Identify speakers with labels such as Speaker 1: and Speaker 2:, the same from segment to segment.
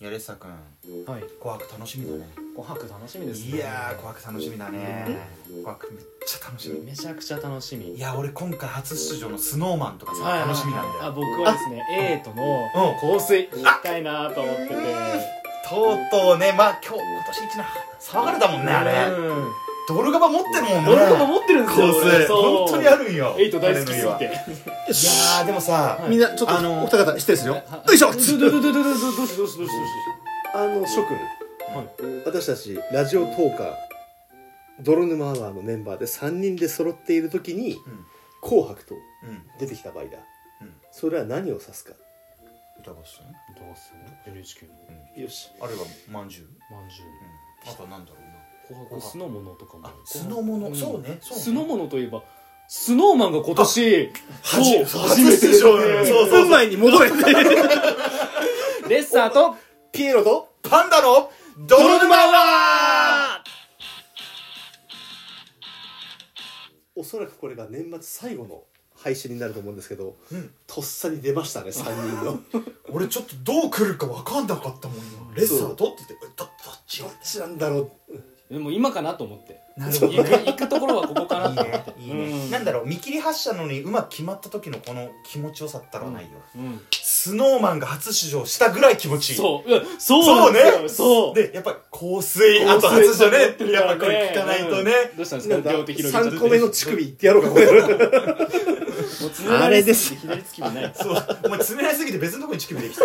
Speaker 1: やれさくん
Speaker 2: はい
Speaker 1: 紅白楽しみだね
Speaker 2: 紅白楽しみですね
Speaker 1: いやー紅白楽しみだね紅白めっちゃ楽しみ
Speaker 2: めちゃくちゃ楽しみ
Speaker 1: いや俺今回初出場のスノーマンとかさ楽しみなんだ
Speaker 2: あ
Speaker 1: よ
Speaker 2: 僕はですねエイトの香水行きたいなと思ってて
Speaker 1: とうとうねまあ今日今年一な騒がれたもんねあれ
Speaker 2: うん
Speaker 1: ドルガバ持ってるもんね
Speaker 2: 俺とか持ってるんですよ
Speaker 1: 香
Speaker 2: 俺
Speaker 1: 水
Speaker 2: そう
Speaker 1: 本当にあるんよ
Speaker 2: エイト大好きすぎ
Speaker 1: 俺の家
Speaker 2: て
Speaker 3: よ
Speaker 1: いやーでもさ、
Speaker 2: は
Speaker 3: みんなちょっと
Speaker 1: あの
Speaker 3: お二方失礼するよ
Speaker 2: は
Speaker 3: よいしょ
Speaker 2: どどどどどどどどうしどうしどうしどうしどうし
Speaker 4: あの諸君、私たちラジオトーカー泥沼アワーのメンバーで3人で揃っている時に
Speaker 1: うん
Speaker 4: 「紅白」と
Speaker 1: うん
Speaker 4: 出てきた場合だ、
Speaker 1: うん
Speaker 4: それは何を指すか
Speaker 1: 歌合戦
Speaker 2: どうする NHK の
Speaker 4: よし
Speaker 1: あるいはまんじゅう、
Speaker 2: まんじゅう
Speaker 1: うん、あとはなんだろう
Speaker 2: 紅白酢の物とかも
Speaker 1: なあ酢の物、
Speaker 2: うん
Speaker 1: そうねそうね
Speaker 2: 酢の物といえばスノーマンが今年そう初
Speaker 1: 初出場
Speaker 2: めて
Speaker 1: そう
Speaker 3: 1分前に戻れて
Speaker 2: レッサーと
Speaker 4: ピエロと
Speaker 1: パンダの泥沼は
Speaker 4: おそらくこれが年末最後の配信になると思うんですけど、
Speaker 1: うん
Speaker 4: とっさに出ましたね3人の
Speaker 1: 俺ちょっとどう来るか分かんなかったもん今レッサーとって言ってえどどっち
Speaker 4: どっちなんだろう
Speaker 2: でも今かなと思って
Speaker 1: な
Speaker 2: 行く行くところはここかなと思って
Speaker 1: いいねいいね、
Speaker 2: うん
Speaker 1: なんだろう見切り発車のにうまく決まった時のこの気持ちよさったらないよ、
Speaker 2: うん
Speaker 1: スノーマンが初出場したぐらい気持ちいい
Speaker 2: そういやそうなんですよそう
Speaker 1: でやっぱり香水
Speaker 2: 香
Speaker 1: あと
Speaker 2: 水
Speaker 1: 初出場
Speaker 2: 香水
Speaker 1: ねやっぱこれ聞かないとね、
Speaker 2: うんどうしたんで
Speaker 4: な
Speaker 2: す
Speaker 4: ん
Speaker 2: か
Speaker 4: だ
Speaker 2: 両手広げちゃって
Speaker 4: 3個目の乳首いってやろうかこれ
Speaker 2: もうつながりぎて左つき もない
Speaker 1: そうお前詰められすぎて別のとこに乳首できた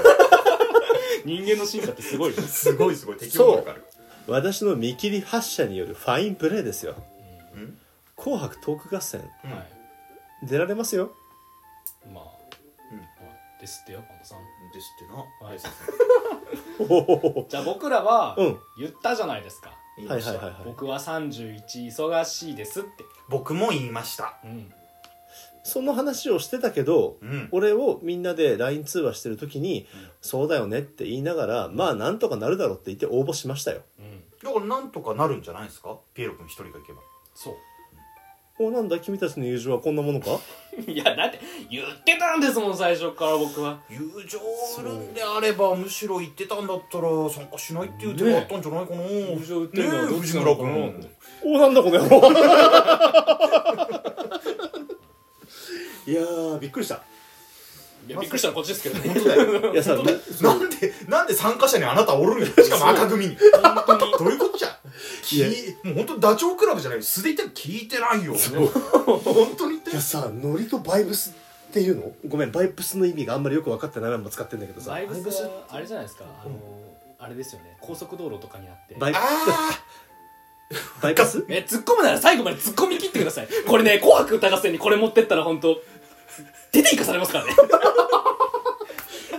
Speaker 2: 人間の進化ってすごいよ
Speaker 1: すごいすごい適応力ある
Speaker 4: 私の見切り発車によるファインプレーですよ
Speaker 1: うん
Speaker 4: 紅白トーク合戦
Speaker 1: うん
Speaker 2: はい
Speaker 4: 出られます よ
Speaker 2: まあ、
Speaker 1: うん
Speaker 2: はいですってよ、パンダさん。
Speaker 1: ですってなで
Speaker 2: はい
Speaker 1: すって
Speaker 2: じゃあ僕らは
Speaker 4: うん
Speaker 2: 言ったじゃないですか。
Speaker 1: 言い
Speaker 4: は
Speaker 1: ま
Speaker 4: い
Speaker 1: した
Speaker 4: はいはいはい
Speaker 2: 僕は三十一忙しいですって。
Speaker 1: 僕も言いました
Speaker 2: うん。
Speaker 4: その話をしてたけど
Speaker 1: うん
Speaker 4: 俺をみんなで LINE 通話してる時に
Speaker 1: うん
Speaker 4: 「そうだよね」って言いながらまあなんとかなるだろうって言って応募しましたよ
Speaker 2: うん。
Speaker 1: だからなんとかなるんじゃないですかピエロ君一人が行けば
Speaker 2: そう。
Speaker 4: おなんだ君たちの友情はこんなものか
Speaker 2: いや、だって言ってたんですもん、最初から僕は。
Speaker 1: 友情あるんであればむしろ言ってたんだったら参加しないっていう手があったんじゃないかな、
Speaker 2: 友情売ってるのは
Speaker 1: ねえ
Speaker 2: どっち
Speaker 1: 藤
Speaker 2: な
Speaker 1: 村
Speaker 2: のかな
Speaker 1: 君
Speaker 2: って。
Speaker 4: おなんだこの野郎いやーびっくりした
Speaker 2: いや、びっくりしたのこっちですけ どね。
Speaker 4: いやさ
Speaker 1: なんでなんで参加者にあなたおるんよしかも赤組にど
Speaker 2: 本当に。
Speaker 1: ういうことじゃきもう本当にダチョウ倶楽部じゃないよ素で言って聞いてないよ本当に言って
Speaker 4: いやさノリとバイブスっていうのごめんバイブスの意味があんまりよく分かってないまま使ってんだけどさ
Speaker 2: バイブ
Speaker 1: バイブ
Speaker 2: ス
Speaker 1: ス
Speaker 2: はあれじゃないですか。あの、あれですよね。高速道路とかにあって。
Speaker 4: バイ
Speaker 1: あ
Speaker 4: バイブス
Speaker 2: え、突っ込むなら最後まで突っ込み切ってください。 これね、紅白歌合戦にこれ持ってったら本当出ていかされますからね。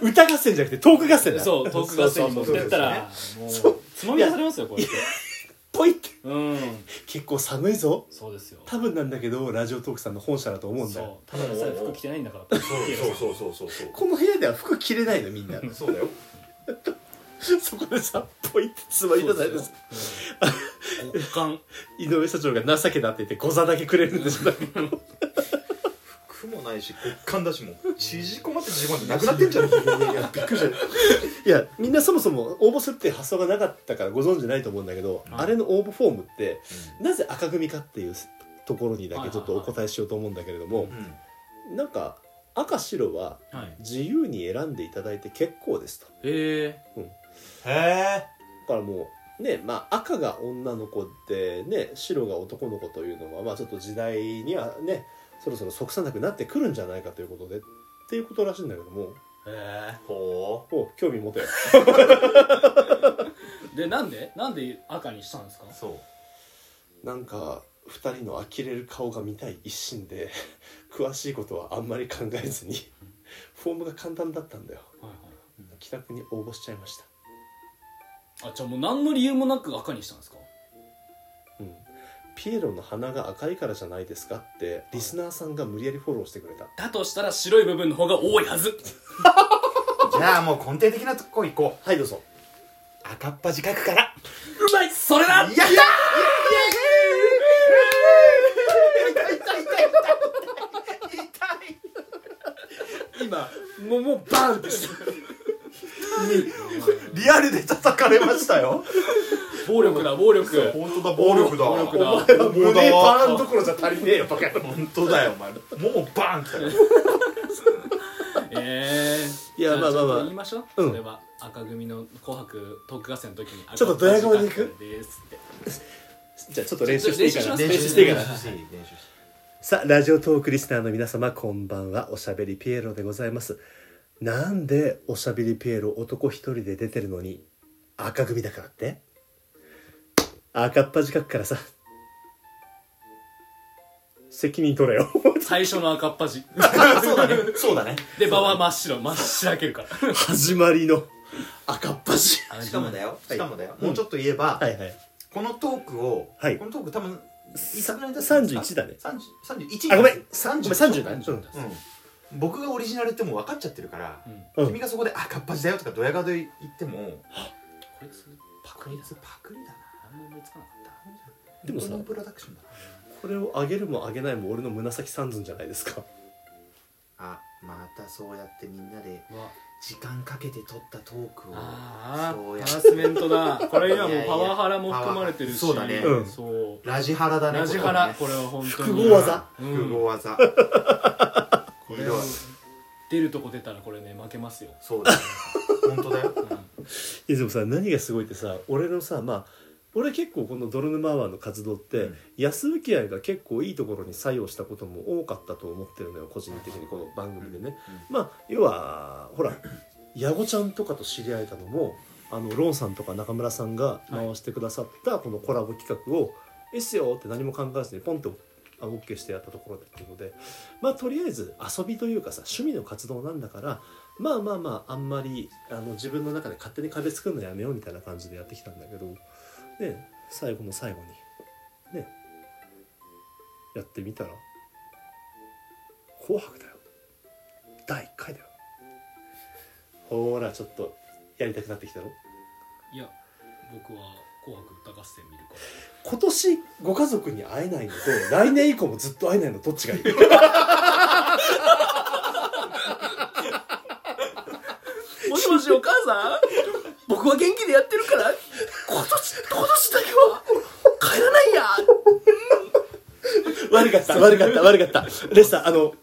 Speaker 4: 歌合戦じゃなくてトーク合戦だ う
Speaker 2: そう、トーク合戦に持ってったら、もう、つまみ出されますよ、これ。
Speaker 4: ポイって
Speaker 2: うん。
Speaker 4: 結構寒いぞ
Speaker 2: そうですよ。
Speaker 4: 多分なんだけどラジオトークさんの本社だと思うんだよ
Speaker 2: そう。ただでさえ服着てないんだ から。
Speaker 1: そうそうそうそうそう
Speaker 4: この部屋では服着れないのみんな
Speaker 1: そうだよ
Speaker 4: そこでさポイってつまり出されてさ
Speaker 2: そうですよ。うん
Speaker 4: 井上社長が情けだって言ってご座だけくれるんでしょだけど
Speaker 1: 苦もないし骨幹だしもう縮こまって縮まってなくなってんじゃん いやいやびっくりした
Speaker 4: いやみんなそもそも応募するっていう発想がなかったからご存知ないと思うんだけど、
Speaker 2: うん
Speaker 4: あれの応募フォームってなぜ赤組かっていうところにだけちょっとお答えしようと思うんだけれども、
Speaker 1: うん
Speaker 4: なんか赤白は
Speaker 2: 互はい。
Speaker 4: 自由に選んでいただいて結構ですとだ
Speaker 2: え
Speaker 1: へえ
Speaker 4: からもうねまあ赤が女の子でね白が男の子というのはまあちょっと時代にはねそろそろ即さなくなってくるんじゃないかということでっていうことらしいんだけども
Speaker 2: ー。え
Speaker 1: ほ
Speaker 4: お興味持てよ
Speaker 2: ー。で、なんでなんで赤にしたんですか
Speaker 1: うそう
Speaker 4: なんか2人の呆れる顔が見たい一心で詳しいことはあんまり考えずにフォームが簡単だったんだよ
Speaker 2: はいはい。
Speaker 4: 気楽に応募しちゃいました
Speaker 2: あ、じゃあもう何の理由もなく赤にしたんですか
Speaker 4: うんピエロの鼻が赤いからじゃないですかってリスナーさんが無理やりフォローしてくれた
Speaker 2: だとしたら白い部分の方が多いはず。
Speaker 1: じゃあもう根底的なとこ行こ
Speaker 4: はいどうぞ
Speaker 1: う赤っ端角から
Speaker 2: うまいそれだ
Speaker 1: やった
Speaker 4: 今もうもうバーンってリアルで叩かれましたよ
Speaker 2: 暴力だ暴力
Speaker 1: 本当だ暴力だ
Speaker 2: 暴力だ
Speaker 1: お前は
Speaker 4: 胸
Speaker 1: 胸
Speaker 4: パ
Speaker 1: パ
Speaker 4: ー
Speaker 1: ー
Speaker 4: ン
Speaker 1: ン
Speaker 4: ど
Speaker 1: と
Speaker 4: ころじゃ足りねえよバカ野郎
Speaker 1: 本当だよお前もうバーン来たよ
Speaker 2: ええ
Speaker 4: いやまあまあま
Speaker 2: ちょっ
Speaker 4: あ
Speaker 2: と言いましょう
Speaker 4: うん
Speaker 2: それは赤組の「紅白トーク合戦」の時に
Speaker 4: ちょっとドヤ顔でいく
Speaker 2: ですって
Speaker 4: じゃあちょっと練習していいかな
Speaker 2: ちょっと練習します
Speaker 4: していいかな
Speaker 1: 練習していい練習して
Speaker 4: さあラジオトークリスナーの皆様こんばんはおしゃべりピエロでございますなんでおしゃべりピエロ男一人で出てるのに赤組だからって赤っ端書くからさ責任取れよ
Speaker 2: 最初の赤っ端
Speaker 1: いそうだねそうだね
Speaker 2: で場は真っ白真っ白けるから
Speaker 4: 始まりの赤っ端
Speaker 1: しかもだよ
Speaker 4: は
Speaker 1: し
Speaker 4: い
Speaker 1: かもだよもうちょっと言えば
Speaker 4: はいはい
Speaker 1: このトークを
Speaker 4: はい
Speaker 1: このトーク多分
Speaker 4: さ
Speaker 1: いくらだ
Speaker 4: 31だね
Speaker 1: 30 31
Speaker 4: あごめん
Speaker 1: 30
Speaker 4: ごめん30だね
Speaker 2: 30だ
Speaker 1: うん僕がオリジナルってもう分かっちゃってるから
Speaker 2: うん
Speaker 4: うん
Speaker 1: 君がそこで「あかっぱじだよ」とかドヤ顔で言っても
Speaker 2: こいつパ
Speaker 1: こ
Speaker 2: クリ
Speaker 1: い
Speaker 2: だ
Speaker 1: つパクリだな
Speaker 2: 何も思いつかなかった
Speaker 4: でもさ
Speaker 1: このプロダクションだな
Speaker 4: これを上げるも上げないも俺の紫三寸じゃないですか
Speaker 1: あまたそうやってみんなで
Speaker 2: わ
Speaker 1: 時間かけて撮ったトークを
Speaker 2: あ
Speaker 1: そ
Speaker 2: あ
Speaker 1: うや
Speaker 2: ハラスメントだこれにはいも
Speaker 1: や
Speaker 2: う
Speaker 1: いや
Speaker 2: パワハラも含まれてるし
Speaker 1: パワハラそうだね
Speaker 4: うん
Speaker 2: そう
Speaker 1: ラジハラだね
Speaker 2: ラジハラこれは本当に
Speaker 4: 複合技
Speaker 2: う
Speaker 1: 複
Speaker 2: ん
Speaker 1: 合技
Speaker 2: これは出るとこ出たらこれね負けますよ
Speaker 1: そうだね本当だよ
Speaker 2: うん
Speaker 4: いやでもさ何がすごいってさ俺のさまあ俺結構この泥沼アワーの活動って、
Speaker 1: うん
Speaker 4: 安請け合いが結構いいところに作用したことも多かったと思ってるのよ個人的にこの番組でね、まあ要はほら矢後ちゃんとかと知り合えたのもあのロンさんとか中村さんが回してくださったこのコラボ企画を「いいっすよ」って何も考えずにポンとあ OK してやったところだっていうのでまあとりあえず遊びというかさ趣味の活動なんだからまあまあまああんまりあの自分の中で勝手に壁作るのやめようみたいな感じでやってきたんだけどね最後の最後にねやってみたら「紅白」だよ第1回だよほらちょっとやりたくなってきたろ
Speaker 2: いや僕は「紅白歌合戦」見るから
Speaker 4: 今年ご家族に会えないのと来年以降もずっと会えないのどっちがいい
Speaker 2: もしもしお母さん僕は元気でやってるから今年今年だけは帰らないや
Speaker 4: 悪かった悪かった悪かったレスターあの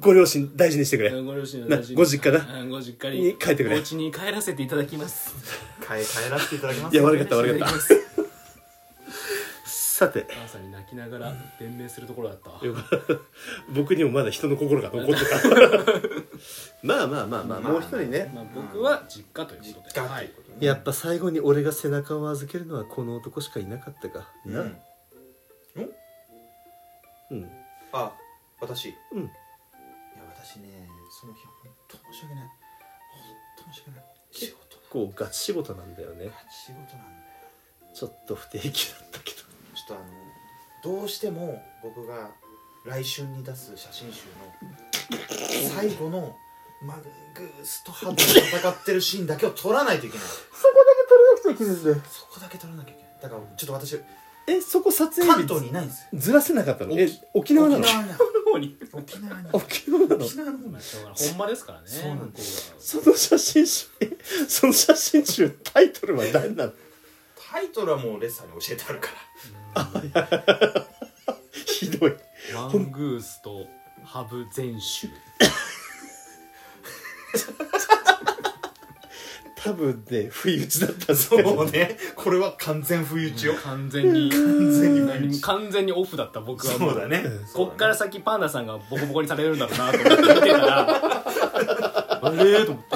Speaker 4: ご両親大事にしてくれ、
Speaker 2: ご両親の
Speaker 4: な
Speaker 2: 大事に
Speaker 4: ご実家な
Speaker 2: うんご実家
Speaker 4: に
Speaker 2: に
Speaker 4: 帰ってくれ
Speaker 2: お家に帰らせていただきます
Speaker 1: 帰帰らせていただきま
Speaker 4: い
Speaker 1: す
Speaker 4: や悪かった悪
Speaker 2: いた
Speaker 4: かっ
Speaker 2: だき
Speaker 4: た
Speaker 2: ます
Speaker 4: さて
Speaker 2: お母さんに泣きながら弁明するところだったわ
Speaker 4: よかった僕にもまだ人の心が残ってた まあまあまあまあ、
Speaker 1: まあ
Speaker 4: もう一人ね、
Speaker 2: まあ、僕は実家という
Speaker 1: 実
Speaker 2: ことで、
Speaker 1: 家っ
Speaker 2: は
Speaker 1: てい
Speaker 2: いう
Speaker 1: ことね
Speaker 4: やっぱ最後に俺が背中を預けるのはこの男しかいなかったか、
Speaker 1: う
Speaker 4: なんうん
Speaker 1: あ私
Speaker 4: うん
Speaker 1: いや私ねその日は本当申し訳ない本当申し訳ない仕事
Speaker 4: こうガチ仕事なんだよね
Speaker 1: が仕事なんだよ
Speaker 4: ちょっと不定期だったけど
Speaker 1: ちょっとあのどうしても僕が来春に出す写真集の最後のマングースと肌で戦ってるシーンだけを撮らないといけない
Speaker 4: そこだけ取れなくていいですね
Speaker 1: そこだけ撮らなきゃいけないだからちょっと私
Speaker 4: えそこ撮影日
Speaker 1: 関東にいないんですよ
Speaker 4: ずらせなかったの
Speaker 2: お
Speaker 4: え沖縄なの
Speaker 1: 沖縄に
Speaker 2: の方に、
Speaker 1: 沖縄に
Speaker 4: 沖縄なの
Speaker 1: 沖縄の方に
Speaker 2: まあ、しょうがない本場ですからね
Speaker 1: そうなんで
Speaker 4: その写真集えその写真集タイトルは誰なの
Speaker 1: タイトルはもうレッサーに教えてあるから
Speaker 4: ひどい
Speaker 2: 向こうはワングースとハブ全集
Speaker 4: 多分ね不意打ちだったんだよ
Speaker 1: そうねこれは完全不意打ちよ
Speaker 2: 完全に
Speaker 1: 完全に不意打ち
Speaker 2: 完全にオフだった僕はもう
Speaker 1: そうだね
Speaker 2: こっから先パンダさんがボコボコにされるんだろうなと思って見てたらあれーと思って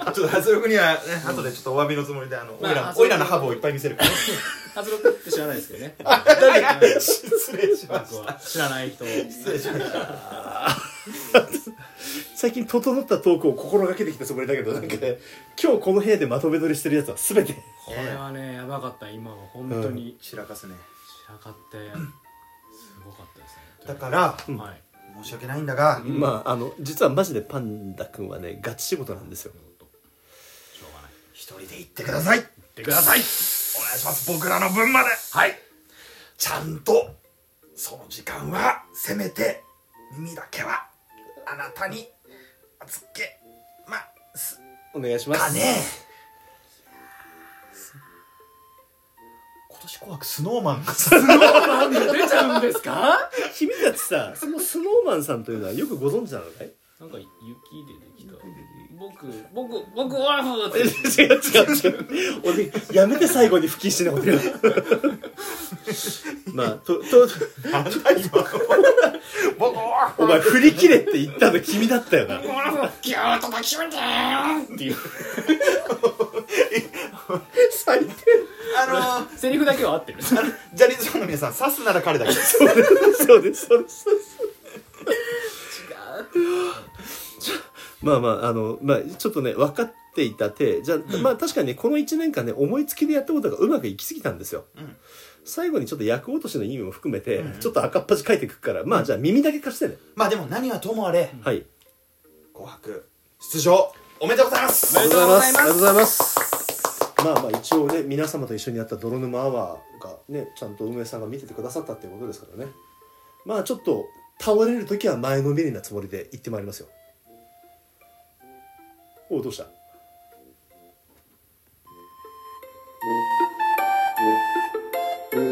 Speaker 1: あちょっと発力にはね後でちょっとお詫びのつもりであのオ
Speaker 2: まあ
Speaker 1: イラ
Speaker 2: 初
Speaker 1: オイラ
Speaker 2: 力
Speaker 1: のハブをいっぱい見せるから
Speaker 2: 発力って知らないですけどね
Speaker 1: 失礼しま
Speaker 2: 僕
Speaker 1: した
Speaker 2: は知らない人を
Speaker 1: 失礼しました
Speaker 4: 最近整ったトークを心がけてきたつもりだけどなんかね今日この部屋でまとめ撮りしてるやつは全て
Speaker 2: これはねやばかった今は本当に
Speaker 1: 散らかすね
Speaker 2: 散らかってすごかったですね
Speaker 1: だから
Speaker 2: らはい
Speaker 1: 申し訳ないんだが
Speaker 2: うん
Speaker 4: まああの実はマジでパンダ君はねガチ仕事なんですよ
Speaker 2: しょうがない
Speaker 1: 一人で行ってくださいお願
Speaker 2: 行ってください
Speaker 1: いします僕らの分まで
Speaker 2: はい
Speaker 1: ちゃんとその時間はせめて耳だけはあなたに預けます
Speaker 4: お願いします
Speaker 2: かね
Speaker 1: 今年紅白スノーマンが
Speaker 2: スノーマンが出ちゃうんですか
Speaker 4: 君たちさそのスノーマンさんというのはよくご存知なのかい
Speaker 2: なんか雪でできた僕僕僕はもう
Speaker 4: 違う違う違う 俺やめて最後に腹筋してなこと言う まあとと
Speaker 1: なんだ今僕 は
Speaker 4: お前振り切れって言ったの君だったよな
Speaker 2: ギューッと抱きしめてーっていう
Speaker 4: 最低
Speaker 1: あのー、
Speaker 2: セリフだけは合ってる
Speaker 1: ジャニーズファンの皆さん刺すなら彼だけです
Speaker 4: そうですそうですそうですまあまああのまあちょっとね分かっていた手じゃあ、まあ確かにねこの1年間ね思いつきでやったことがうまくいきすぎたんですよ、
Speaker 1: うん
Speaker 4: 最後にちょっと役落としの意味も含めて、ちょっと赤っ端書いてくから、まあじゃあ耳だけ貸してね、
Speaker 1: まあでも何はともあれ
Speaker 4: はい
Speaker 1: 紅白出場おめでとうございます
Speaker 2: おめでとうございます
Speaker 4: ありがとうございますまあまあ一応ね皆様と一緒にやった泥沼アワーがねちゃんと運営さんが見ててくださったっていうことですからねまあちょっと倒れる時は前のめりなつもりで行ってまいりますよおうどうした